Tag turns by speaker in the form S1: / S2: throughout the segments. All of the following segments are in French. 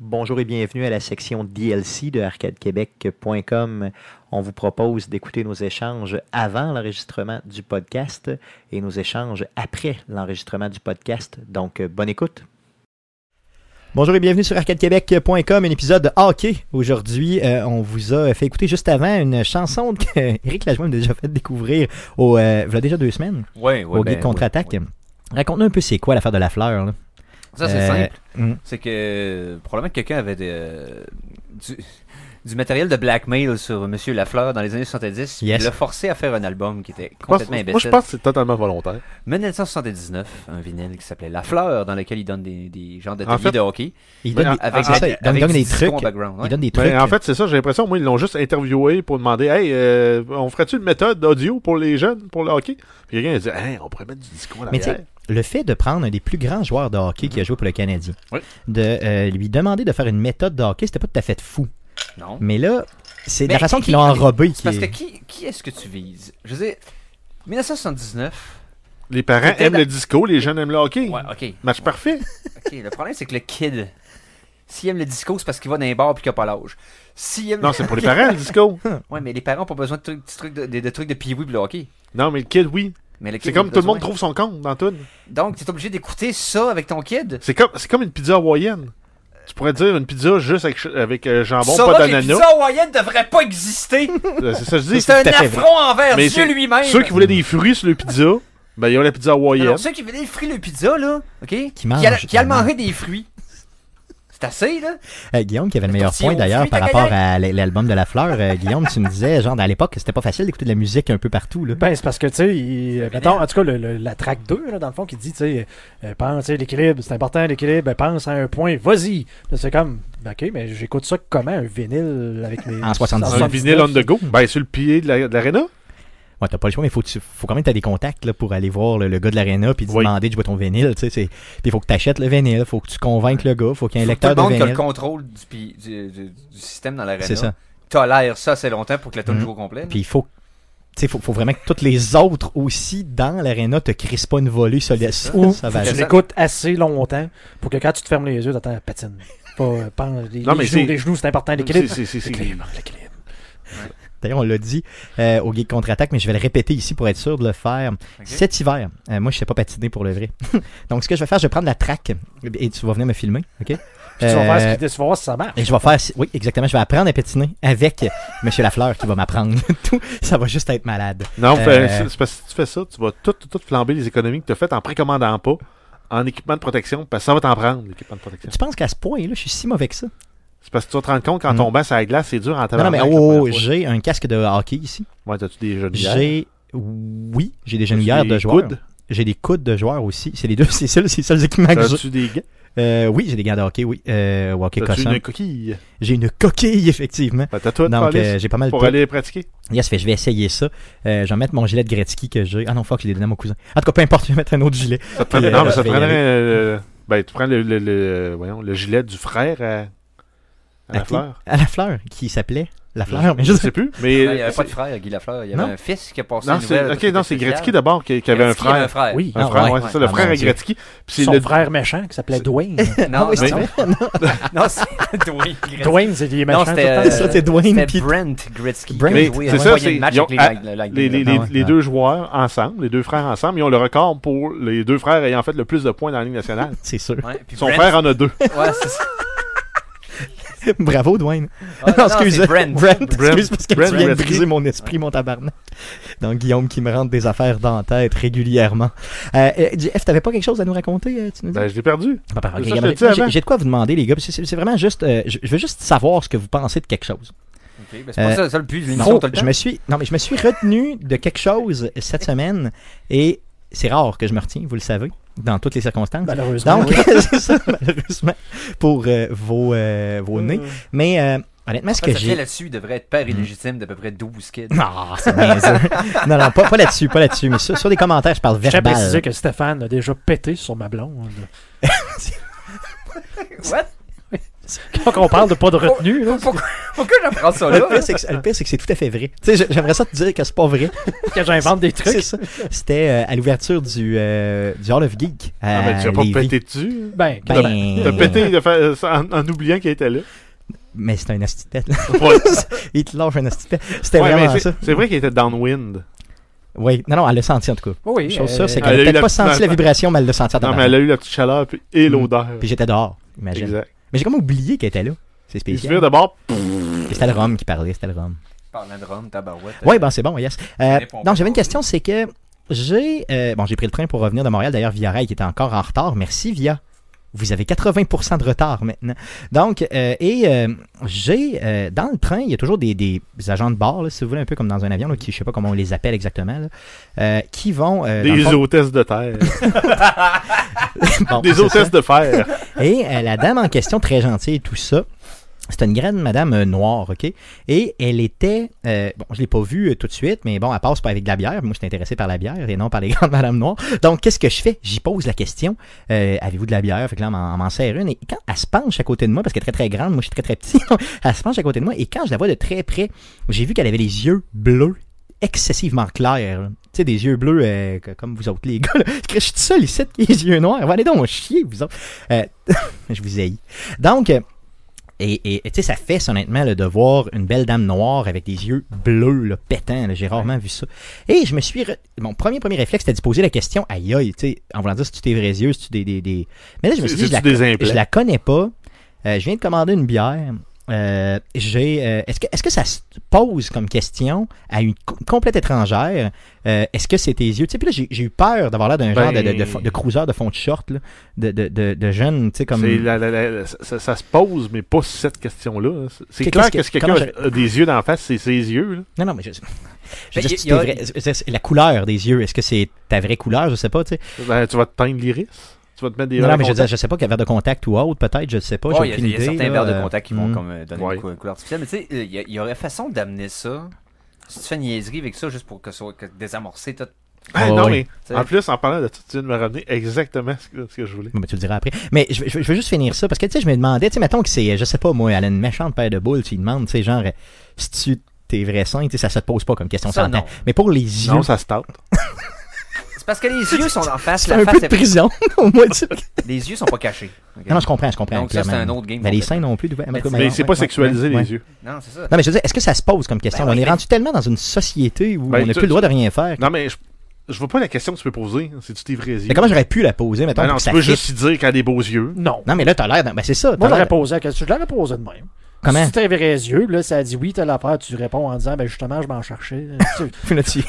S1: Bonjour et bienvenue à la section DLC de arcadequebec.com. On vous propose d'écouter nos échanges avant l'enregistrement du podcast et nos échanges après l'enregistrement du podcast. Donc, bonne écoute.
S2: euh, Bonjour et bienvenue sur arcadequebec.com, un épisode de hockey. Aujourd'hui, euh, on vous a fait écouter juste avant une chanson que Eric Lajoie m'a déjà fait découvrir au, euh, il y a déjà deux semaines
S3: Ouais, ouais,
S2: au
S3: ben,
S2: guide contre-attaque.
S3: ouais, ouais.
S2: Raconte-nous un peu c'est quoi l'affaire de la fleur. là.
S3: Ça, c'est
S2: Euh,
S3: simple.
S2: mm.
S3: C'est que euh, probablement que quelqu'un avait des- euh, du, du matériel de blackmail sur Monsieur Lafleur dans les années 70.
S2: Yes.
S3: Il l'a forcé à faire un album qui était
S4: Moi,
S3: complètement
S4: moi, je
S3: imbécile.
S4: pense que c'est totalement volontaire.
S3: 1979, un vinyle qui s'appelait La Fleur, dans lequel il donne des, des genres d'ateliers
S4: En fait,
S3: de hockey.
S2: Il
S4: Ben,
S2: donne, Ah,
S4: en-
S2: c'est ça, il donne- il donne
S3: du
S2: des
S3: disco en
S2: trucs.
S3: background, ouais.
S2: il donne des trucs.
S4: Mais Ben, en fait, c'est ça, j'ai l'impression, moi, ils l'ont juste interviewé pour demander Hey, euh, on ferait-tu une méthode audio pour les jeunes, pour le hockey Puis quelqu'un a dit Hey, on pourrait mettre du disco à
S2: Mais tu sais,
S4: l'arrière.
S2: le fait de prendre un des plus grands joueurs de hockey qui a joué pour le Canadien,
S3: Mhm. Oui.
S2: de euh, lui demander de faire une méthode de hockey, c'était pas tout à fait fou.
S3: Non.
S2: Mais là, c'est de
S3: Mais
S2: la façon
S3: qui-
S2: qu'ils l'ont enrobé
S3: Ben, C'est
S2: qui
S3: parce que
S2: est...
S3: qui, qui est-ce que tu vises Je veux dire, 1979.
S4: Les parents
S3: C'était
S4: aiment
S3: dans-
S4: le disco, les jeunes aiment le hockey.
S3: Ouais, ok.
S4: Match parfait.
S3: Ok, le problème, c'est que le kid, s'il aime le disco, c'est parce qu'il va dans les bars et qu'il n'a pas l'âge. S'il aime.
S4: Non, c'est pour les parents, le disco.
S3: Ouais, mais les parents n'ont pas besoin de trucs, petits trucs de, de- de trucs de pee-wee pour le hockey.
S4: Non, mais le kid, oui.
S3: Mais le kid,
S4: C'est
S3: il
S4: comme
S3: a
S4: tout le monde
S3: besoin.
S4: trouve son compte dans tout.
S3: Donc, tu es obligé d'écouter ça avec ton kid.
S4: C'est comme, c'est comme une pizza hawaïenne. Tu pourrais dire une pizza juste avec, ch- avec euh, jambon,
S3: ça,
S4: pas
S3: les
S4: d'ananas.
S3: pizzas hawaïennes devraient pas exister.
S4: Euh, C'est ça que je dis.
S3: c'est un
S2: tout à fait vrai.
S3: affront envers
S4: Mais
S3: Dieu
S4: c'est-
S3: lui-même.
S4: Ceux qui voulaient des fruits sur le pizza, ben, ils ont la pizza
S3: Non,
S4: hawaïenne.
S3: non, ceux qui veulent des fruits le pizza, là, ok? Qui,
S2: mangent,
S3: allaient- qui allaient
S2: vraiment.
S3: manger des fruits. C'est assez, là.
S2: Euh, Guillaume qui avait le meilleur
S3: Tortillon
S2: point
S3: au
S2: d'ailleurs
S3: fruit,
S2: par
S3: ta
S2: rapport
S3: gagne.
S2: à l- l'album de la fleur. Euh, Guillaume, tu me disais, genre, à l'époque, c'était pas facile d'écouter de la musique un peu partout. Là.
S5: Ben, c'est parce que, tu sais, il- mettons, en tout cas, le- le- la track 2, là, dans le fond, qui dit, tu sais, euh, pense, tu sais, l'équilibre, c'est important, l'équilibre, ben, pense à un point, vas-y. Là, C'est comme, ben, ok, mais j'écoute ça comment, un vinyle avec mes.
S2: En 79.
S4: Un
S2: Dans
S4: vinyle on the go. Ben, sur le pied de la- de l'aréna.
S2: Ouais, t'as pas le choix, mais faut, que tu- faut quand même que t'as des contacts là, pour aller voir le, le gars de l'aréna puis lui
S4: Oui.
S2: demander de jouer ton vinyle. tu sais, c'est- Puis faut que t'achètes le vinyle, faut que tu convainques le gars, faut qu'il y ait un
S3: Tout le
S2: lecteur de
S3: monde qui a le
S2: vinyle.
S3: contrôle du, pi- du, du- du système dans
S2: C'est ça.
S3: l'arena tolère ça assez longtemps pour que la tonne
S2: Mhm.
S3: joue au complet. là.
S2: Puis il faut, tu sais, faut, faut vraiment que toutes les autres aussi dans l'aréna te crissent pas une volée sur le-
S5: Ou
S2: ça
S5: faut
S2: va
S5: que
S3: C'est
S5: tu
S3: ça.
S5: l'écoutes assez longtemps pour que quand tu te fermes les yeux, t'attends, patine. Pas, euh, pense, les,
S4: Non,
S5: les
S4: mais
S5: genoux,
S4: c'est-
S5: les genoux, c'est important,
S4: C'est-
S5: l'équilibre.
S4: c'est- c'est- c'est-
S5: L'équilibre, l'équilibre.
S2: D'ailleurs, on l'a dit euh, au guide contre-attaque, mais je vais le répéter ici pour être sûr de le faire. Cet hiver, euh, moi, je sais pas patiner pour le vrai. Donc, ce que je vais faire, je vais prendre la track et tu vas venir me filmer, OK?
S5: Puis tu vas
S2: Euh,
S5: voir ce qui- tu vas voir si ça marche.
S2: et je vais faire, oui, exactement, je vais apprendre à patiner avec Monsieur Lafleur qui va m'apprendre tout. Ça va juste être malade.
S4: Non,
S2: Euh,
S4: fait- c'est c'est parce que si tu fais ça, tu vas tout, tout, tout flamber les économies que tu as faites en précommandant pas, en équipement de protection, parce que ça va t'en prendre, l'équipement de protection.
S2: Tu penses qu'à ce point-là, je suis si mauvais que ça?
S4: C'est parce que tu vas te rendre compte qu'en
S2: Mm.
S4: tombant sur la glace, c'est dur en
S2: Non, non,
S4: tabarnak.
S2: mais
S4: la
S2: oh,
S4: première fois.
S2: j'ai un casque de hockey ici.
S4: Ouais, t'as-tu des jeunes
S2: J'ai, oui, j'ai des genouillères de joueurs. J'ai des coudes de joueurs aussi. C'est les deux, c'est ça, c'est ça les équipements que j'ai.
S4: T'as-tu des gants?
S2: Euh, oui, j'ai des gants de hockey, oui. Euh, au hockey
S4: T'as-tu
S2: cochon.
S4: une coquille?
S2: J'ai une coquille, effectivement.
S4: Ben, t'as tout
S2: Donc,
S4: Paulus,
S2: euh, j'ai pas mal de
S4: pour
S2: tout.
S4: aller pratiquer.
S2: Yes, fait, je vais essayer ça. Euh, je vais mettre mon gilet de Gretzky que j'ai. Ah non, fuck, je l'ai donné à mon cousin. En tout cas, peu importe, je vais mettre un autre gilet.
S4: Ça te prend-
S2: euh,
S4: non, mais ça
S2: je vais
S4: te
S2: y
S4: prendrait.
S2: aller.
S4: euh, ben, tu prends le, le, le- voyons, le gilet du frère à, à
S2: À
S4: la
S2: qui?
S4: fleur.
S2: À la fleur, qui s'appelait La fleur, mais je sais
S4: sais plus.
S3: Non,
S4: Mais.
S3: il n'y avait pas de frère, Guy Lafleur. Il y avait
S2: Non.
S3: un fils qui a passé
S4: Non,
S3: Oh, une
S4: c'est.
S3: nouvelle.
S4: Ok, non, c'est Gretzky d'abord qui, qui avait un frère.
S3: frère.
S5: Oui.
S4: Un
S2: Ah,
S4: frère,
S2: ouais.
S4: ouais, c'est ça, le
S2: Ah,
S4: frère
S2: mon
S4: à
S2: Dieu.
S4: Gretzky. Puis c'est
S5: Son
S4: le
S5: frère méchant qui s'appelait Dwayne.
S2: Ah
S3: Non,
S2: oui, c'est
S3: non,
S2: vrai.
S3: non, c'est Dwayne Gretzky.
S5: Dwayne, c'est les méchants
S3: Non,
S5: tout
S3: c'était,
S5: le
S3: euh,
S5: temps.
S2: Ça, c'est Dwayne
S3: c'était
S2: puis-
S3: Brent Gretzky.
S2: Brent.
S3: qui a
S4: Mais
S3: joué
S4: c'est
S3: un
S4: ça,
S3: moyen
S4: c'est-
S3: de match
S4: ils ont-
S3: avec les
S4: à-
S3: Mag- Lightning.
S4: les, les-
S2: Ah ouais,
S4: les- les
S2: ouais.
S4: deux joueurs ensemble, les deux frères ensemble, ils ont le record pour les deux frères ayant fait le plus de points dans la Ligue nationale.
S2: C'est sûr.
S3: Ouais, puis
S4: Son
S3: Brent-
S4: frère hein. en a deux.
S3: Ouais, c'est ça.
S2: Bravo, Dwayne.
S3: Ah,
S2: non,
S3: non,
S2: excuse.
S3: c'est Brent. ben,
S2: excuse parce que
S4: Brent
S2: tu viens de
S4: Gretzky.
S2: briser mon esprit, mon tabarnak. Donc, Guillaume qui me rentre des affaires dans la tête régulièrement. Euh, euh, JF, t'avais pas quelque chose à nous raconter, euh, tu nous dis?
S4: Ben, je l'ai perdu.
S2: Ah, pardon,
S4: ça,
S2: ok,
S4: je te
S2: regarde,
S4: le dis
S2: moi, j'ai-
S4: avant.
S2: J'ai de quoi vous demander, les gars. parce que C'est c'est vraiment juste. euh, je je veux juste savoir ce que vous pensez de quelque chose.
S3: Ok, ben, c'est pas
S2: Euh,
S3: ça, ça le but de l'émission,
S2: Gros,
S3: t'as le
S2: je
S3: temps.
S2: me suis, non, mais je me suis retenu de quelque chose cette semaine et c'est rare que je me retiens, vous le savez, dans toutes les circonstances.
S5: Malheureusement.
S2: Donc,
S5: oui.
S2: c'est ça, malheureusement, pour euh, vos, euh,
S5: Mm.
S2: vos nez. Mais euh, honnêtement, ce
S3: En
S2: que
S3: fait, ça fait
S2: j'ai.
S3: là-dessus, il devrait être père illégitime d'à peu près 12 kids.
S2: Ah, c'est niaiseux. non, non, pas, pas là-dessus, pas là-dessus, mais sur, sur des commentaires, je parle
S5: Je tiens à
S2: verbal.
S5: préciser que Stéphane a déjà pété sur ma blonde.
S3: What?
S5: Quand on parle de pas de retenue, là,
S3: Pourquoi, pourquoi j'apprends ça
S2: Le
S3: là?
S2: pire, c'est que, le pire, c'est que c'est tout à fait vrai. Tu sais, je- j'aimerais ça te dire que c'est pas vrai.
S5: c'est que j'invente des
S2: C'est
S5: trucs.
S2: ça. C'était euh, à l'ouverture du, euh, du Hall of Geek.
S4: Ah,
S2: à
S4: ben, tu vas pas
S2: Lévis.
S4: péter dessus.
S5: Ben,
S2: Euh, Ben,
S4: T'as pété de fa- euh, en, en oubliant qu'il était là.
S2: Mais c'était un asti de pète.
S4: Ouais.
S2: Il te lâche un asti de pète. C'était
S4: Ouais, mais
S2: vraiment
S4: c'est-
S2: ça.
S4: C'est vrai qu'il était downwind.
S2: Oui, non, non, elle l'a senti en tout cas.
S5: oui,
S2: Chose
S5: euh,
S2: sûre, c'est
S4: elle a
S2: qu'elle
S4: eu
S2: n'a
S4: la
S2: peut-être pas
S4: petite
S2: senti la
S4: affaire.
S2: vibration, mais elle l'a senti en
S4: Non,
S2: tabarnak.
S4: mais elle a eu la petite chaleur puis- et
S2: Ah, Mm.
S4: l'odeur.
S2: Puis j'étais dehors, imagine.
S4: Exact.
S2: Mais j'ai comme oublié qu'elle était là. C'est
S4: Il se vire
S2: spécial.
S4: d'abord.
S2: Puis C'était le rhum qui parlait, c'était le rhum.
S3: Parlant de Rome, tabarouette.
S2: Oui, ben c'est bon, yes. Euh,
S3: Réponds
S2: non,
S3: pas.
S2: j'avais une question, c'est que j'ai euh, bon, j'ai pris le train pour revenir de Montréal. D'ailleurs, Via Rail qui était encore en retard. Merci Via. Vous avez 80% de retard maintenant. Donc, euh, et euh, j'ai euh, dans le train, il y a toujours des, des agents de bord, là, si vous voulez, un peu comme dans un avion, là, qui, je sais pas comment on les appelle exactement, là, euh, qui vont euh, dans le
S4: Des
S2: fond-
S4: hôtesses de terre.
S2: Bon,
S4: Des
S2: c'est ça.
S4: hôtesses de fer.
S2: Et euh, la dame en question, très gentille et tout ça, c'était une grande madame euh, noire, OK? Et elle était. euh, bon, je l'ai pas vue euh, tout de suite, mais bon, elle passe pas avec de la bière. Moi, je suis intéressé par la bière et non par les grandes madames noires. Donc, qu'est-ce que je fais? J'y pose la question. euh, Avez-vous de la bière? Fait que là, on m'en- on m'en sert une. Et quand elle se penche à côté de moi, parce qu'elle est très très grande, moi, je suis très très petit, elle se penche à côté de moi. Et quand je la vois de très près, j'ai vu qu'elle avait les yeux bleus excessivement clairs. là. Tu sais, des yeux bleus euh, que- comme vous autres, les gars. là. Je suis tout seul ici, qui a les yeux noirs. Allez donc, chier, vous autres. Euh, je vous haïs. Donc, euh, et et, tu sais, ça fesse honnêtement là, de voir une belle dame noire avec des yeux bleus, là, pétants. là. J'ai rarement vu ça. Et je me suis. re- Mon premier premier réflexe, c'était de se poser la question aïe aïe, tu sais, en voulant dire si tu t'es vrais yeux, si tu des, des, des. Mais là, je me suis dit,
S4: C'est
S2: je la,
S4: tu des
S2: je
S4: implants.
S2: la connais pas. Euh, je viens de commander une bière. Euh, j'ai, euh, est-ce, que, est-ce que ça se pose comme question à une co- complète étrangère euh, Est-ce que c'est tes yeux Tu sais, puis là, j'ai, j'ai eu peur d'avoir là d'un
S4: Ben-
S2: genre de, de, de, fo- de cruiser de fond de short, là, de, de, de, de jeune, tu sais, comme.
S4: C'est la- la- la- ça, ça- ça se pose, mais pas cette question-là. C'est- C'est
S2: Qu'est-
S4: clair
S2: qu'est-ce
S4: que,
S2: que-
S4: si quelqu'un
S2: comment
S4: a, a des yeux d'en face, c'est ses yeux. là.
S2: Non, non, mais je. je veux
S3: Ben,
S2: dire,
S3: y-
S2: si
S3: y a-
S2: t'es vrai- je veux dire, c'est la couleur des yeux, est-ce que c'est ta vraie couleur Je sais pas, tu sais.
S4: Ben, tu vas te teindre l'iris. Tu vas te mettre des
S2: Non, non,
S4: verres
S2: mais je veux
S4: contacts.
S2: dire, je sais pas, qu'un verre de contact ou autre, peut-être, je sais pas.
S3: Ouais,
S2: j'ai
S3: il y a-
S2: aucune
S3: il y a,
S2: idée,
S3: certains
S2: là,
S3: verres de
S2: euh,
S3: contact qui vont
S2: hmm.
S3: comme euh, donner
S4: Ouais.
S3: une cou- couleur artificielle. Mais tu sais, il y, a- il y aurait façon d'amener ça. Si tu fais une niaiserie avec ça juste pour que ça que désamorcer tout.
S4: Ah,
S2: Ouais,
S4: non,
S2: ouais.
S4: mais en plus, en parlant de tout, tu viens de me ramener exactement ce que, ce que je voulais.
S2: Bon, ben, tu le diras après. Mais je, je- je veux juste finir ça parce que tu sais, je me demandais, tu sais, mettons que c'est, je sais pas, moi, elle a une méchante paire de boules, tu lui demandes, tu sais, genre, euh, si tu t'es vrai sain, tu sais, ça se te pose pas comme question,
S3: Ça,
S2: ça s'entend.
S3: non.
S2: Mais pour les yeux,
S4: Non, ça se tente.
S3: C'est parce que les yeux sont en face.
S2: c'est
S3: la
S2: un
S3: face
S2: peu de prison, au moins. tu-
S3: est- Les yeux sont pas cachés. ok?
S2: Non, non, je comprends, je comprends.
S3: Donc ça, c'est
S2: clairement.
S3: un autre game.
S2: Ben, les
S3: complètement.
S2: seins non plus, du- en tout cas,
S3: Mais
S4: Mais c'est
S2: ouais,
S4: pas
S2: ouais,
S4: sexualiser
S2: ouais.
S4: les yeux.
S3: Non, c'est ça.
S2: Non, mais je veux dire, est-ce que ça se pose comme question?
S3: Ben
S2: on
S3: oui,
S2: est
S3: mais-
S2: rendu tellement dans une société où
S4: Ben,
S2: on n'a
S4: tu-
S2: plus le droit de rien faire.
S4: Non, mais je, je vois pas la question que tu peux poser. C'est tu tes vrais yeux.
S2: Mais comment j'aurais pu la poser, mettons,
S4: Ben non,
S2: pour que
S4: tu
S2: ça
S4: peux
S2: fitte?
S4: juste y dire qu'elle a des beaux yeux.
S5: euh, Non.
S2: Non, mais là, t'as l'air. d'un- Ben, c'est ça. t'as
S5: Moi,
S2: l'air
S5: j'aurais
S2: d'un-
S5: posé la question. Je l'aurais posé de même.
S2: Comment?
S5: Si tu avais les yeux, là, ça a dit oui, t'as l'affaire, tu réponds en disant, ben justement, je m'en cherchais. Tu-
S2: Puis là, tu-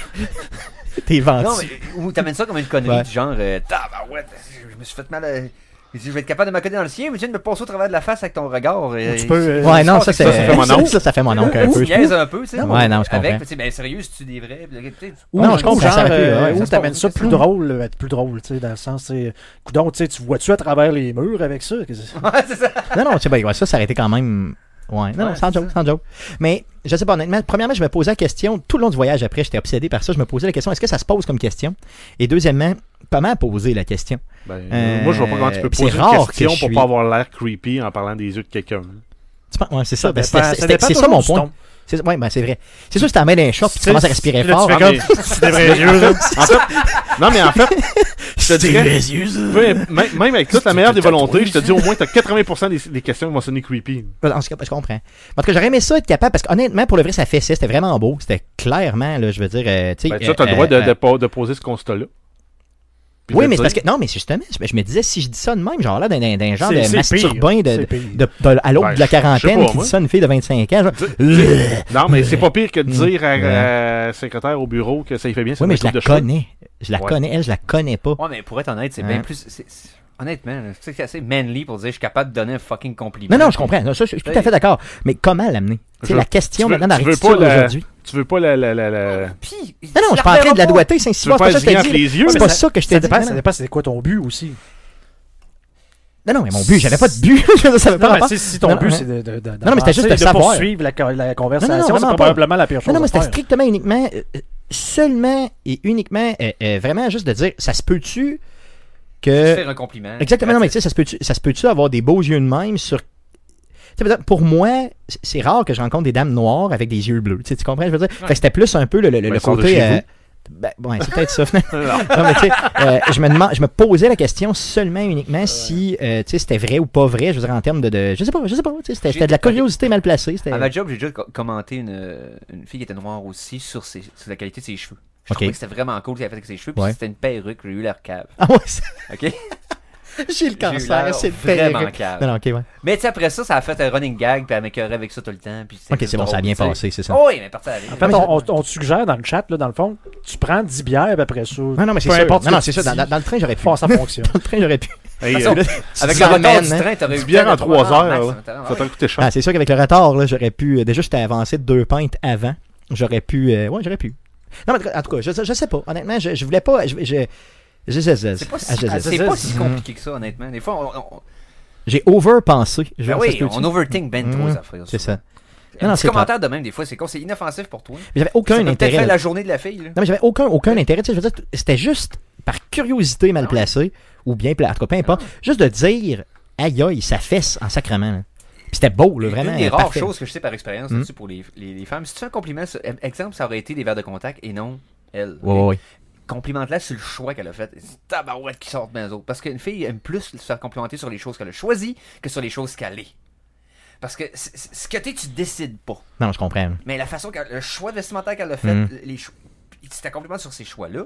S2: T'es vendu.
S3: Non, mais- euh, ou t'amènes ça comme une connerie
S2: Ouais.
S3: du genre euh, Tabarouette, je me suis fait mal. euh, Je vais être capable de m'accoter dans le sien, mais tu viens de me passer au travers de la face avec ton regard. euh,
S5: tu peux, euh,
S2: Ouais, non, ça, c'est.
S3: Ça,
S4: ça fait mon oncle.
S2: Ça, ça fait mon oncle
S3: Tu
S2: un peu. je trouve.
S3: niaises un peu, tu sais.
S2: Ouais, non, je
S3: Avec,
S2: comprends.
S3: tu sais, ben sérieux, si tu des vrais. puis là, tu sais,
S5: ou-
S2: Non, je comprends,
S5: ou genre,
S2: ça aurait pu,
S5: euh,
S2: ouais,
S5: ou
S3: ça se
S5: t'amènes
S3: pose
S5: ça
S3: une
S5: plus
S3: question.
S5: drôle, euh, être plus drôle, tu sais, dans le sens, c'est. Coudon, tu sais, tu vois-tu à travers les murs avec ça? Que
S2: Ah,
S5: c'est-
S3: Ouais, c'est ça.
S2: Non, non, tu sais, ben, ouais, ça, ça aurait été quand même. Ouais, non, non,
S3: Ouais,
S2: sans
S3: c'est
S2: joke, sans joke. Mais je sais pas, honnêtement, premièrement, je me posais la question, tout le long du voyage après, j'étais obsédé par ça, je me posais la question, est-ce que ça se pose comme question? Et deuxièmement, comment poser la question?
S4: Ben,
S2: Euh,
S4: moi, je vois pas comment tu peux
S2: puis c'est
S4: poser une
S2: rare que
S4: question
S2: je
S4: pour
S2: suis-
S4: pas avoir l'air creepy en parlant des yeux de quelqu'un.
S2: Tu penses- ouais, c'est ça, ben,
S5: dépend-
S2: c'était- c'était-
S5: dépend
S2: c'est ça
S5: toujours
S2: mon
S5: du
S2: point.
S5: ton.
S2: C'est ouais, ben, c'est vrai. C'est sûr, si t'en mets dans un short, puis tu commences à respirer
S5: Puis là,
S2: fort.
S5: tu fais
S4: Ah,
S5: comme,
S4: mais-
S5: c'est des vrais yeux, là.
S4: En fait, non, mais en fait, je te dirais, peu imp- même, même avec toute la meilleure des volontés, je te dis au moins, t'as 80% des, des questions qui vont sonner creepy.
S2: En tout cas, ben, je comprends. En tout cas, j'aurais aimé ça être capable, parce qu'honnêtement, pour le vrai, ça fait ça, c'était vraiment beau. C'était clairement, là, je veux dire, euh, tu sais.
S4: Ben, tu as le
S2: euh,
S4: droit de,
S2: euh,
S4: de po- de poser ce constat-là. Puis
S2: Oui,
S4: de
S2: mais c'est
S4: dire-
S2: parce que. Non, mais c'est justement, je, je me disais, si je dis ça de même, genre là, d'un- d'un d'un genre
S5: C'est-
S2: de
S5: c'est
S2: masturbain
S5: pire,
S2: de,
S5: c'est pire.
S2: de- de- à l'autre
S4: Ben,
S2: de la
S4: je- je sais
S2: quarantaine
S4: pas,
S2: qui
S4: moi.
S2: dit ça à une fille de 25 ans, genre.
S4: Dis-
S2: Euh,
S4: Non, mais c'est pas pire que de dire à
S2: Mm. Ouais.
S4: à la secrétaire au bureau que ça y fait bien, ça
S2: oui,
S4: me
S2: mais je la
S4: coupe de cheveux.
S2: connais. Je la
S4: Ouais.
S2: connais, elle, je la connais pas.
S3: Ouais, mais pour être honnête, c'est
S2: Hein?
S3: bien plus. c'est- c'est- Honnêtement, là, tu sais, c'est assez manly pour dire je suis capable de donner un fucking compliment.
S2: Non, non, je comprends. Non, ça, je suis tout à fait d'accord. Mais comment l'amener C'est
S4: Je-
S2: la question
S4: tu veux-
S2: maintenant dans la
S4: tu veux
S2: réécriture
S4: pas la-
S2: d'aujourd'hui.
S4: Tu veux pas la. la, la, la-
S3: Puis, tu
S2: Non, non, je suis pas en train
S3: la
S2: de la
S3: reverras
S2: doigter, c'est
S4: Tu veux pas
S2: pas ça que
S4: zigner
S2: je
S4: entre
S2: t'ai dit.
S4: les yeux,
S2: C'est
S4: mais
S2: pas
S5: ça-
S2: ça que je t'ai
S5: Ça
S2: dit. hein.
S5: dépend,
S2: Non,
S5: ça
S2: non.
S5: dépend, c'est quoi ton but aussi.
S2: Non, non, mais mon but, j'avais pas de but. Ça veut
S5: Non,
S2: pas
S5: mais
S2: rapport.
S5: si- si ton
S2: Non,
S5: but,
S2: non,
S5: c'est de, de, de,
S2: Non, non, mais c'était juste
S5: d'avancer,
S2: de savoir.
S5: poursuivre la, co- la conversation,
S2: Non, non, non,
S5: c'est
S2: vraiment
S5: probablement la pire chose.
S2: Non, non, moi,
S5: à
S2: c'était
S5: faire.
S2: strictement uniquement, euh, euh, seulement et uniquement, euh, euh, vraiment juste de dire, ça se peut-tu que. euh,
S3: faire un compliment.
S2: Exactement, non, mais tu sais, ça se peut-tu ça se peut-tu avoir des beaux yeux de même sur Tu sais, peut-être, pour moi, c- c'est rare que je rencontre des dames noires avec des yeux bleus. Tu sais, tu comprends? Je veux dire, Fait que c'était plus un peu le, le- le
S4: Ben, elles sont de
S2: côté.
S4: chez
S2: euh, ben, ouais, c'est peut-être ça. finalement. Non, mais tu sais, euh, je, me demande, je me posais la question seulement uniquement si euh, tu sais, c'était vrai ou pas vrai, je veux dire, en termes de, de- Je sais pas, je sais pas. tu sais, C'était c'était de la curiosité mal placée. c'était-
S3: À ma job, j'ai déjà co- commenté une, une fille qui était noire aussi sur, ses- sur la qualité de ses cheveux. Je
S2: Ok.
S3: trouvais que c'était vraiment cool qu'elle a fait avec ses cheveux, puis
S2: Ouais.
S3: c'était une perruque, j'ai eu l'air cave.
S2: Ah ouais, c'est-
S3: OK?
S2: j'ai le
S3: J'ai eu l'air
S2: cancer, c'est
S3: vraiment
S2: terrible.
S3: cave.
S2: Non, non, ok, ouais.
S3: Mais tu sais, après ça, ça a fait un running gag, puis elle m'écœurait avec ça tout le temps. Puis
S2: Ok, c'est bon, ça a bien
S3: passé.
S2: passé, c'est ça.
S3: Oh, oui, mais parti à la ligne.
S5: En fait, on, on- on te suggère dans le chat, là, dans le fond, tu prends 10 bières, puis après ça.
S2: Non, non, mais c'est
S5: peu
S2: ça. Non,
S5: importe ce
S2: non,
S5: que
S2: c'est
S5: tu
S2: ça. Dans,
S5: dis,
S2: dans le train, j'aurais pu.
S5: fond, ça fonctionne.
S2: Dans le train, j'aurais pu.
S4: Hey,
S3: façon,
S4: euh,
S3: Avec
S2: Tu
S3: le
S2: dis,
S3: retard
S2: man,
S3: du
S2: hein.
S3: train, t'aurais eu
S4: du bière en
S3: le temps de-
S4: 3
S3: Ah, Max,
S4: heures, ouais.
S3: t'aurais-
S4: ça t'a coûté cher.
S2: Ah, c'est sûr qu'avec le retard, là, j'aurais pu. euh, déjà, j'étais avancé de deux pintes avant. J'aurais pu. euh, ouais, j'aurais pu. Non, mais en tout cas, je, je sais pas. Honnêtement, je, je voulais pas. Je, je, je- je- je-
S3: C'est pas si,
S2: ah, je- je-
S5: ah,
S3: c'est
S5: je-
S3: pas
S5: je-
S3: si compliqué que ça, honnêtement. Des fois, on, on-
S2: J'ai overpensé. Je
S3: Ben
S2: veux dire, ça
S3: oui,
S2: se peut-tu?
S3: on overthink ben trop
S2: Mm.
S3: les affaires.
S2: C'est ça.
S3: Un
S2: Non, non,
S3: petit
S2: c'est clair.
S3: commentaire de même, des fois, c'est con, c'est inoffensif pour toi.
S2: Mais J'avais
S3: Ça
S2: aucun
S3: peut peut-être
S2: intérêt.
S3: faire
S2: là.
S3: la journée de la fille, là.
S2: Non, mais j'avais aucun, aucun intérêt. tu sais, Je veux dire, c'était juste par curiosité
S3: Ah
S2: mal placée, ou bien, pla- en tout cas, peu importe, juste de dire, aïe aïe, ça fesse en sacrement. là. Puis c'était beau, là, vraiment.
S3: Une des
S2: euh,
S3: rares
S2: parfait. Mmh.
S3: choses que je sais par expérience là-dessus pour les, les, les femmes, si tu fais un compliment, sur- e-, exemple, ça aurait été des verres de contact et non elle.
S2: Ouais, ouais, ouais.
S3: Complimente-la sur le choix qu'elle a fait. C'est tabarouette qui sort de mes autres. Parce qu'une fille aime plus se faire complimenter sur les choses qu'elle a choisies que sur les choses qu'elle est. Parce que c- c- ce que t'es, tu décides pas.
S2: Non, je comprends.
S3: Mais la façon, qu'elle- le choix vestimentaire qu'elle a fait,
S2: Mhm.
S3: les choix, si t'as compliment sur ces choix-là,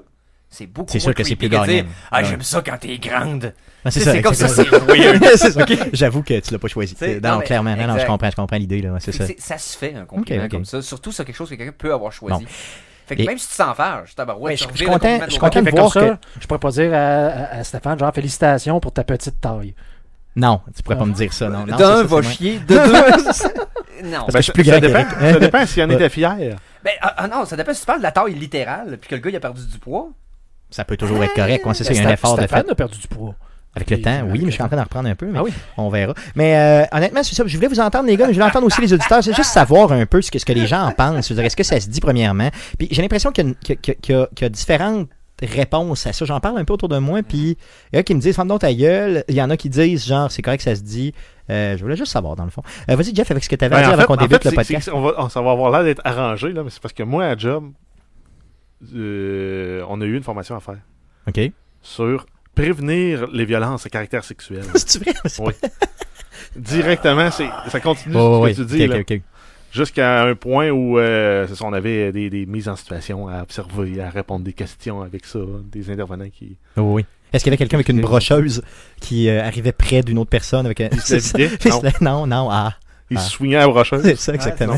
S3: c'est beaucoup
S2: C'est sûr
S3: moins
S2: que c'est
S3: creepy
S2: plus
S3: de dire,
S2: gagnant.
S3: Ah,
S2: Ouais.
S3: j'aime ça quand t'es grande.
S2: Ben, c'est
S3: Tu sais,
S2: ça,
S3: c'est comme ça, c'est
S2: exactement.
S3: weird.
S2: C'est ça. J'avoue que tu l'as pas choisi.
S3: T'sais,
S2: Non,
S3: non, mais-
S2: clairement. Non, non, je
S3: exact.
S2: comprends, je comprends l'idée, là. ouais, C'est
S3: Fait que
S2: ça.
S3: c'est- ça se fait un compliment
S2: Ok, ok.
S3: comme ça, surtout sur quelque chose que quelqu'un peut avoir choisi.
S2: Non.
S3: Fait que
S2: Et-
S3: même si tu s'en fâches, tabarouette,
S2: Ouais, je-
S3: tu
S2: je
S3: reviens le
S2: content-
S3: compliment de
S2: je
S3: l'autre.
S2: content
S5: Ok,
S2: de
S5: fait comme
S2: voir
S5: ça, je pourrais pas dire à, à- à Stéphane, genre, félicitations pour ta petite taille.
S2: Non, tu pourrais pas me dire ça, non. non,
S3: D'un
S2: c'est ça,
S3: va
S2: c'est
S3: chier, de deux. non.
S2: Parce
S4: Ben,
S2: que je suis plus
S4: ça
S2: grand
S4: dépend,
S2: qu'Éric.
S4: ça dépend si en était fier.
S3: Ben, ah, ah non, ça dépend si tu parles de la taille littérale, puis que le gars il a perdu du poids.
S2: moins- Ça peut toujours être correct. ouais, c'est ça, il y a un
S5: Sté-
S2: effort de
S5: Stéphane
S2: fait.
S5: a perdu du poids. euh,
S2: Avec le temps, oui, mais je suis en train d'en reprendre un peu, mais
S5: Ah oui.
S2: on verra. Mais euh, honnêtement, c'est ça. Je voulais vous entendre, les gars, mais je voulais entendre aussi les auditeurs. C'est juste savoir un peu ce que, ce que les gens en pensent. Je veux dire, est-ce que ça se dit premièrement? Puis j'ai l'impression qu'il y, a une- qu'il y a- qu'il y a- qu'il y a différentes réponses à ça. J'en parle un peu autour de moi, puis il y en a qui me disent « Ferme donc ta gueule ». Il y en a qui disent genre « C'est correct, ça se dit Euh, Je voulais juste savoir, dans le fond. Euh, Vas-y, Jeff, avec ce que tu avais à
S4: Ben,
S2: dire
S4: en
S2: avant
S4: fait-
S2: qu'on
S4: en
S2: débute le
S4: fait, c'est-
S2: podcast.
S4: c'est- on va- on- ça va avoir l'air d'être arrangé, là, mais c'est parce que moi, à Job, euh, on a eu une formation à faire
S2: OK.
S4: sur prévenir les violences à caractère sexuel.
S2: C'est vrai, c'est
S4: Ouais. Directement, c'est, ça continue
S2: Oh,
S4: ce que
S2: oui,
S4: tu dis, là, jusqu'à un point où euh, c'est ça, on avait des, des mises en situation à observer, à répondre des questions avec ça, des intervenants qui
S2: oui. Est-ce qu'il y avait quelqu'un avec une brocheuse qui euh, arrivait près d'une autre personne avec un...
S4: Ils se
S2: C'est ça.
S4: vidaient?
S2: Ils se
S4: Non.
S2: la- Non, non, ah.
S4: ils
S2: Ah.
S4: se soignaient à la brocheuse.
S2: C'est ça, exactement.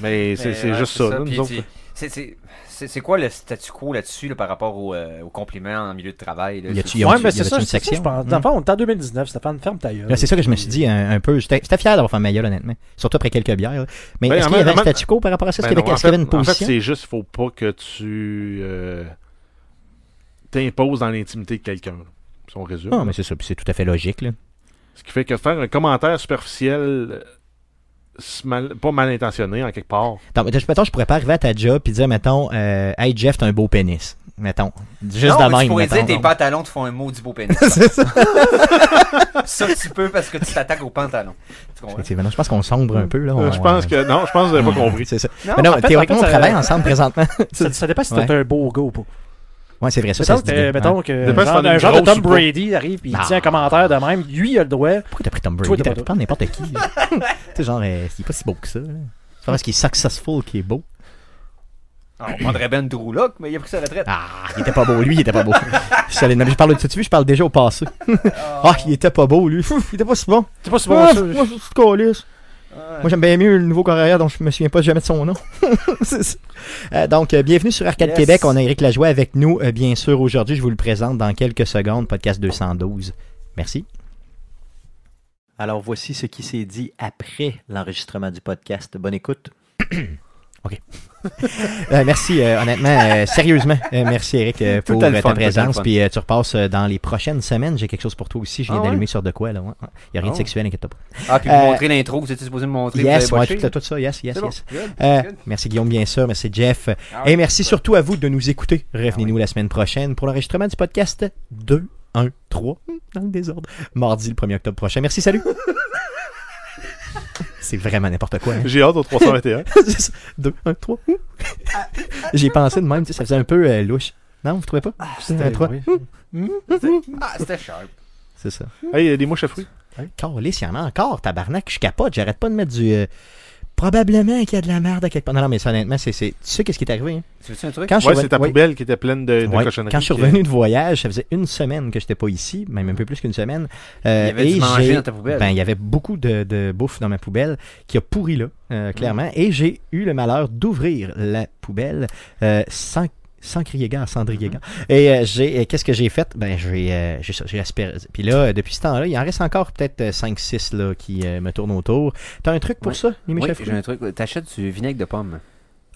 S4: Mais c'est,
S3: Mais
S4: c'est
S3: Ben, ouais,
S4: juste ça, là,
S3: puis
S4: nous autres.
S3: c'est- c'est- c'est- C'est c'est quoi le statu quo là-dessus là, par rapport au, euh, aux compliments en milieu de travail? là?
S2: Y a-tu-
S3: C'est-
S2: Ils ont-
S5: Ouais,
S2: il y
S5: mais c'est
S2: avait
S5: ça,
S2: une
S5: c'est ça,
S2: section.
S5: je pense. Dans
S2: Mm.
S5: le fond, on est en 2019, Stéphane, ferme ta gueule.
S2: Là, c'est ça que je me suis dit un, un peu. J'étais j'étais fier d'avoir fait ma gueule, honnêtement. Surtout après quelques bières. là. Mais
S4: Ben,
S2: est-ce
S4: en
S2: qu'il y
S4: même-
S2: avait
S4: en
S2: un
S4: même-
S2: statu quo par rapport à ça? Est-ce
S4: Ben
S2: qu'il y avait,
S4: non, en
S2: est-ce qu'il y avait
S4: fait-
S2: une position?
S4: En fait, c'est juste, faut pas que tu euh, t'imposes dans l'intimité de quelqu'un. là, Si on résume.
S2: non, Ah, mais c'est ça. puis c'est tout à fait logique. Là.
S4: Ce qui fait que faire un commentaire superficiel, euh, c'est mal- pas mal intentionné en quelque part.
S2: Non, mais, mettons, je pourrais pas arriver à ta job et dire, mettons, euh, Hey Jeff, t'as un beau pénis. Mettons. Juste
S3: non,
S2: dans
S3: mais
S2: même.
S3: tu pourrais dire
S2: mettons.
S3: tes pantalons te font un maudit beau pénis. ça. tu peux parce que tu t'attaques aux pantalons. Tu comprends?
S2: Effectivement, non, je pense qu'on sombre un peu. Là,
S4: Euh,
S2: on-
S4: je pense que. Non, je pense que vous avez pas compris.
S2: C'est ça.
S5: Non,
S2: mais non,
S5: en fait-
S2: théoriquement,
S5: en fait,
S2: on
S5: ça-
S2: travaille ensemble présentement.
S5: Ça, ça dépend si t'es
S2: Ouais.
S5: un beau gars ou pas.
S2: ouais, c'est vrai, ça, ça
S5: Mettons
S2: se dit.
S5: que,
S2: bien.
S5: mettons
S2: Ouais.
S5: que
S4: Dépend si
S5: genre,
S4: t'en as
S5: un
S4: une
S5: genre de
S4: grosse
S5: Tom
S4: ou pas.
S5: Brady arrive et il
S2: Non.
S5: dit un commentaire de même. Lui, il a le droit.
S2: Pourquoi t'as pris Tom
S5: Toi,
S2: Brady?
S5: t'es
S2: T'as
S5: pas-
S2: pris n'importe qui. là. tu sais, genre, euh, il est pas si beau que ça. là. C'est pas parce qu'il est successful qu'il est beau.
S3: On prendrait Ben Drew Locke, mais il a pris sa retraite.
S2: Ah, il était pas beau. Lui, il était pas beau. je, suis allé- non, mais je parle de ça, tu vois, je parle déjà au passé. ah, il était pas beau, lui. Fouf, il était pas si bon.
S5: C'est pas si
S2: Ah,
S5: bon ça.
S2: moi, je suis calisse. Moi, j'aime bien mieux le nouveau carrière dont je me souviens pas jamais de son nom. C'est ça. Euh, donc, euh, bienvenue sur Arcade
S3: Yes.
S2: Québec. On a Éric Lajoie avec nous, euh, bien sûr, aujourd'hui. Je vous le présente dans quelques secondes. Podcast 212. Merci.
S1: Alors voici ce qui s'est dit après l'enregistrement du podcast. Bonne écoute.
S2: Euh, merci, euh, honnêtement, euh, sérieusement. Euh, merci, Eric, euh,
S4: Tout
S2: pour
S4: le temps le
S2: euh,
S4: fun,
S2: ta
S4: tout le temps le
S2: présence.
S4: fun.
S2: Puis euh, tu repasses euh, dans les prochaines semaines. J'ai quelque chose pour toi aussi. Je viens
S3: Ah ouais?
S2: d'allumer sur de quoi, là. ouais, ouais. Il n'y a rien
S3: Ah ouais.
S2: de sexuel, inquiète-toi pas.
S3: Ah, puis vous
S2: Euh,
S3: montrez l'intro, vous étiez supposé me montrer.
S2: Yes,
S3: vous avez
S2: ouais,
S3: botché.
S2: tout, tout ça, yes, yes,
S3: C'est bon.
S2: yes.
S3: Good,
S2: Euh,
S3: good.
S2: merci Guillaume, bien sûr. Merci Jeff.
S3: Ah
S2: Et
S3: ouais.
S2: merci surtout à vous de nous écouter.
S4: Ah
S2: Revenez-nous la semaine prochaine pour l'enregistrement du podcast 2, 1, 3, dans le désordre, mardi le 1er octobre prochain. Merci, salut. C'est vraiment n'importe quoi. hein.
S4: J'ai hâte au 321.
S2: C'est ça. Deux, un, trois. ouh. J'ai pensé de même, tu sais, ça faisait un peu euh, louche. Non, vous trouvez pas? C'était un trois.
S5: Ben oui.
S3: Ah, c'était sharp.
S2: C'est ça.
S4: hey, il y a des mouches à fruits.
S2: Ah, Calisse, il y en a encore, tabarnak, je capote, j'arrête pas de mettre du... euh, probablement qu'il y a de la merde à quelque part. Non, non, mais ça, honnêtement, c'est... c'est- Tu sais qu'est-ce qui est arrivé, hein?
S3: Tu veux-tu un truc?
S2: Quand je
S4: Ouais,
S2: suis
S4: c'est ta
S2: revenu-
S4: poubelle qui était pleine de, de
S2: Ouais,
S4: cochonneries.
S2: Quand je suis revenu de voyage, ça faisait une semaine que j'étais pas ici, même un peu plus qu'une semaine. Euh,
S3: Il y avait du
S2: et
S3: manger
S2: j'ai-
S3: dans ta poubelle.
S2: Ben, il y avait beaucoup de, de bouffe dans ma poubelle qui a pourri là,
S3: Mm.
S2: euh, clairement. Et j'ai eu le malheur d'ouvrir la poubelle euh, sans sans crier gars, sans
S3: Mm-hmm.
S2: drier gars. Et euh, j'ai, euh, qu'est-ce que j'ai fait? Ben, j'ai, euh, j'ai, ça, j'ai aspiré. Puis là, euh, depuis ce temps-là, il en reste encore peut-être 5-6 là, qui euh, me tournent autour. T'as un truc pour
S3: Oui.
S2: ça, les
S3: Oui,
S2: Michel
S3: j'ai un truc. T'achètes du vinaigre de pomme.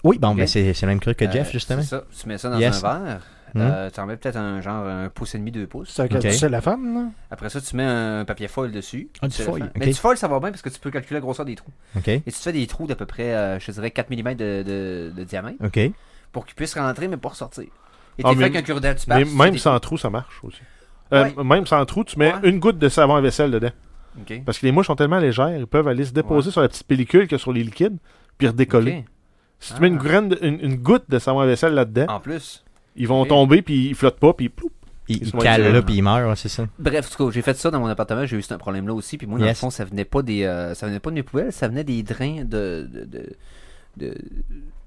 S2: Oui, bon, ben,
S3: Ok.
S2: c'est, c'est le même truc que
S3: Euh,
S2: Jeff, justement.
S3: C'est ça. Tu mets ça dans
S2: Yes.
S3: un verre.
S2: Mhm.
S3: Euh, tu en mets peut-être un genre un pouce et demi, deux pouces.
S5: C'est un
S2: Ok.
S5: c'est la femme, là.
S3: Après ça, tu mets un papier foil dessus.
S2: Ah, du
S3: Tu le
S2: foil,
S3: fais.
S2: ok.
S3: Mais du foil, ça va bien parce que tu peux calculer la grosseur des trous.
S2: OK.
S3: Et tu te fais des trous d'à peu près, euh, je te dirais, 4 mm de, de- de diamètre
S2: OK.
S3: pour qu'ils puissent rentrer mais pas ressortir. Et
S4: Ah,
S3: tu les fais
S4: mais-
S3: avec un cure-dent, tu
S4: Mais
S3: passes, tu fais
S4: même
S3: des
S4: sans trou, ça marche aussi. Euh,
S3: Ouais.
S4: Même sans trou, tu mets
S3: Ouais.
S4: une goutte de savon à vaisselle dedans.
S3: trous. Ok.
S4: Parce que les mouches sont tellement légères, ils peuvent aller se déposer sur la petite pellicule que sur les liquides, puis redécoller.
S3: Ok.
S4: Si tu mets une,
S3: Ah.
S4: graine de- une, une goutte de savon à vaisselle là-dedans,
S2: Ah.
S3: En plus.
S4: ils vont
S2: Eh.
S3: ok.
S4: tomber, puis ils flottent pas, puis ploup.
S2: Il, il
S4: Ils sont
S2: cale là,
S4: différents.
S2: puis il meurt, ouais, c'est ça.
S3: Bref, en tout cas, j'ai fait ça dans mon appartement, j'ai eu ce problème-là aussi. Puis moi, dans
S2: Yes.
S3: le fond, ça venait pas des, euh, ça venait pas de mes poubelles, ça venait des drains de, de, de, de,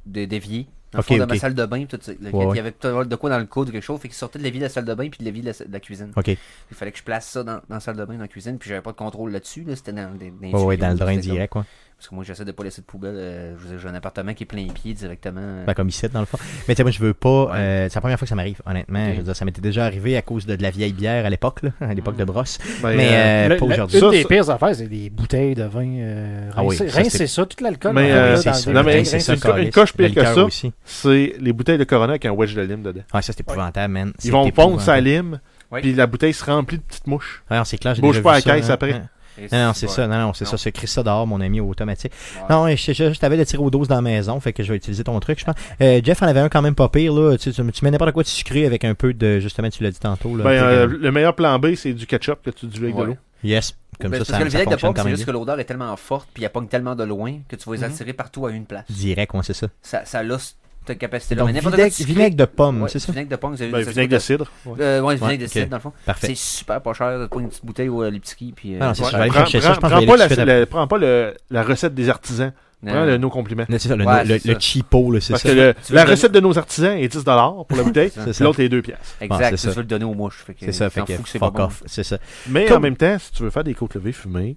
S3: de- d'évier. Dans le
S2: Ok,
S3: fond, de
S2: ok.
S3: ma salle de bain, puis tout ça. Le-
S2: Ouais, ouais.
S3: Il y avait peut-être de quoi dans le coude ou quelque chose, fait qu'il sortait de l'évier de la salle de bain puis de l'évier de la, de la cuisine.
S2: OK.
S3: Il fallait que je place ça dans, dans la salle de bain, dans la cuisine, puis j'avais pas de contrôle là-dessus, là, c'était dans, des- des
S2: Ouais, ouais, dans le
S3: tuyaux,
S2: drain
S3: c'était comme-
S2: direct, quoi.
S3: Parce que moi, j'essaie de pas laisser de poubelle. euh, je veux dire, j'ai un appartement qui est plein pied directement.
S2: Ben, comme ici, dans le fond. Mais tu sais, moi, je veux pas.
S3: Ouais.
S2: euh, c'est la première fois que ça m'arrive, honnêtement.
S3: Ok.
S2: Je veux dire, ça m'était déjà arrivé à cause de, de la vieille bière à l'époque, là, à l'époque de
S3: Mm.
S2: brosse.
S4: Ben,
S2: mais
S4: euh,
S2: euh,
S5: Le-
S2: pas
S5: le-
S2: aujourd'hui.
S5: Une
S4: Ça,
S5: des
S4: ça-
S5: pires affaires, c'est des bouteilles de vin. Euh,
S2: Ah oui,
S5: rincées.
S2: ça,
S5: Rincez
S2: c'est-
S5: ça, tout l'alcool.
S4: Mais,
S5: là,
S4: euh,
S5: dans
S2: Ah, c'est
S5: des
S2: ça,
S4: non, mais
S5: bouteilles
S4: c'est
S5: rincées.
S4: une co- une
S2: câlisse.
S4: coche pire
S2: Le
S4: que
S2: liqueur
S4: ça.
S2: aussi.
S4: c'est les bouteilles de Corona avec un wedge de lime dedans.
S2: Ouais, ça, c'est épouvantable, man. C'est
S4: Ils vont fondre sa
S2: épouvantable.
S4: lime,
S3: Oui.
S4: puis la bouteille se remplit de petites mouches.
S2: Ouais, non, c'est clair, j'ai
S4: Bouge
S2: déjà
S4: pas
S2: vu
S4: à la
S2: ça,
S4: caisse
S2: hein.
S4: après.
S2: Ouais.
S3: Et
S2: Non, non,
S3: c'est
S2: c'est
S3: pas-
S2: ça. Non, non, c'est
S3: Non.
S2: ça. C'est Chris ça dehors, mon ami automatique. Non, je, je, je t'avais le tir aux doses dans la maison, fait que je vais utiliser ton truc, je pense. Euh, Jeff en avait un quand même pas pire, là. Tu, tu, tu mets n'importe quoi de sucré avec un peu de. Justement, tu l'as dit tantôt, là.
S4: Ben,
S2: un peu
S4: euh,
S2: de-
S4: le meilleur plan B, c'est du ketchup que tu dilues avec
S3: Ouais.
S4: de l'eau.
S2: yes. Comme
S3: Ben,
S2: ça,
S3: parce
S2: ça,
S3: que le
S2: ça
S3: vinaigre de
S2: fonctionne
S3: pomme,
S2: quand
S3: c'est
S2: même Mhm.
S3: juste que l'odeur est tellement forte, puis il pogne tellement de loin que tu vas les attirer partout à une place.
S2: bien. Direct, ouais, c'est ça.
S3: Ça, ça a cette capacité-là.
S2: Donc,
S3: Mais n'importe
S2: vinaigre,
S3: quoi de sucré-
S2: vinaigre de pomme,
S3: Ouais,
S2: c'est ça?
S3: Vinaigre de pomme, vous avez
S4: Ben,
S3: ça
S4: vinaigre de cidre.
S3: coûte- euh, ouais, vinaigre
S2: Ouais,
S3: de
S2: ok.
S3: cidre, dans le fond.
S2: Parfait.
S3: C'est super pas cher. Pas une petite bouteille au euh, Lipski. Puis, euh,
S2: Ah non, c'est
S3: ouais.
S2: ça, je vais aller
S4: Prends,
S2: chercher ça, je pense
S4: prends-
S2: que je vais aller
S4: prends pas,
S2: tout de
S4: la,
S2: suite
S4: la- prends pas le- la recette des artisans.
S3: Non.
S4: Prends le- nos compliments.
S2: Non, c'est ça, le,
S3: Ouais,
S2: le- le,
S3: c'est ça.
S2: le cheapo, là, c'est
S4: Parce
S2: ça.
S4: que le-
S3: Tu veux
S4: la
S3: le-
S4: recette de nos artisans est 10$ pour la bouteille,
S3: C'est
S2: ça.
S4: puis l'autre est 2$. piastres.
S2: Ah, c'est
S3: Exact,
S2: ça.
S3: tu veux le donner aux mouches. fait
S2: C'est ça, fait
S3: t'en
S2: que
S3: fous c'est
S2: fuck
S3: pas bon.
S2: off, c'est ça.
S4: Mais
S2: Comme-
S4: en même temps, si tu veux faire des côtes levées fumées,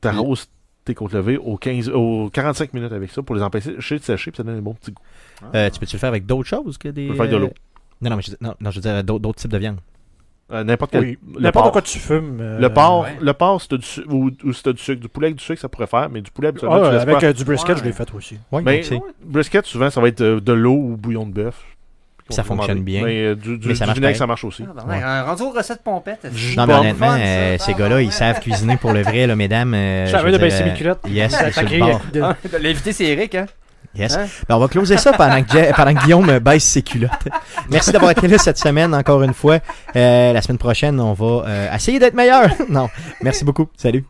S4: t'arroses tes côtes levées aux, 15, aux 45 minutes avec ça pour les empêcher de sécher, puis ça donne un bon petit goût.
S2: Euh, tu peux-tu le faire avec d'autres choses que des.
S4: Tu peux le faire avec de l'eau.
S2: euh, Non, non, mais je, non, non, je veux dire d'autres, d'autres types de viande.
S4: Euh, N'importe quel.
S5: Oui.
S4: le
S5: N'importe
S4: porc.
S5: quoi tu fumes. euh,
S4: Le porc,
S3: ouais.
S4: le porc, si t'as du, su- ou, ou si t'as du sucre, du poulet avec du sucre, ça pourrait faire, mais du poulet,
S5: Ah,
S4: habituellement, tu laisses
S5: avec
S4: pas.
S5: euh, du brisket,
S3: Ouais.
S5: je l'ai fait aussi.
S2: Oui,
S4: Mais brisket, souvent, ça va être euh, de l'eau ou bouillon de bœuf.
S2: Ça fonctionne bien.
S4: Mais euh, du, du,
S2: Mais ça
S4: du
S2: marche
S4: vinaigre,
S2: pareil.
S4: ça marche aussi.
S3: Ah, bordel, un Rendu aux recettes pompettes.
S4: Jus
S2: Non,
S4: de
S2: mais
S4: pomme.
S2: honnêtement,
S3: Fun, ça. Ah,
S2: euh, ces gars-là, ils savent cuisiner pour le vrai, là, mesdames. Euh,
S5: Je
S2: je
S5: savais
S2: veux
S5: de
S2: dire,
S5: baisser mes
S2: euh,
S5: culottes.
S2: Yes,
S5: Ça
S2: c'est sur
S5: crée
S2: le bord.
S5: de-
S3: Ah, L'invité, c'est Eric, hein?
S2: Yes.
S3: Hein?
S2: Ben, on va closer ça pendant que, Je- pendant que Guillaume euh, baisse ses culottes. Merci d'avoir été là cette semaine, encore une fois. Euh, la semaine prochaine, on va euh, essayer d'être meilleur. non. Merci beaucoup. Salut.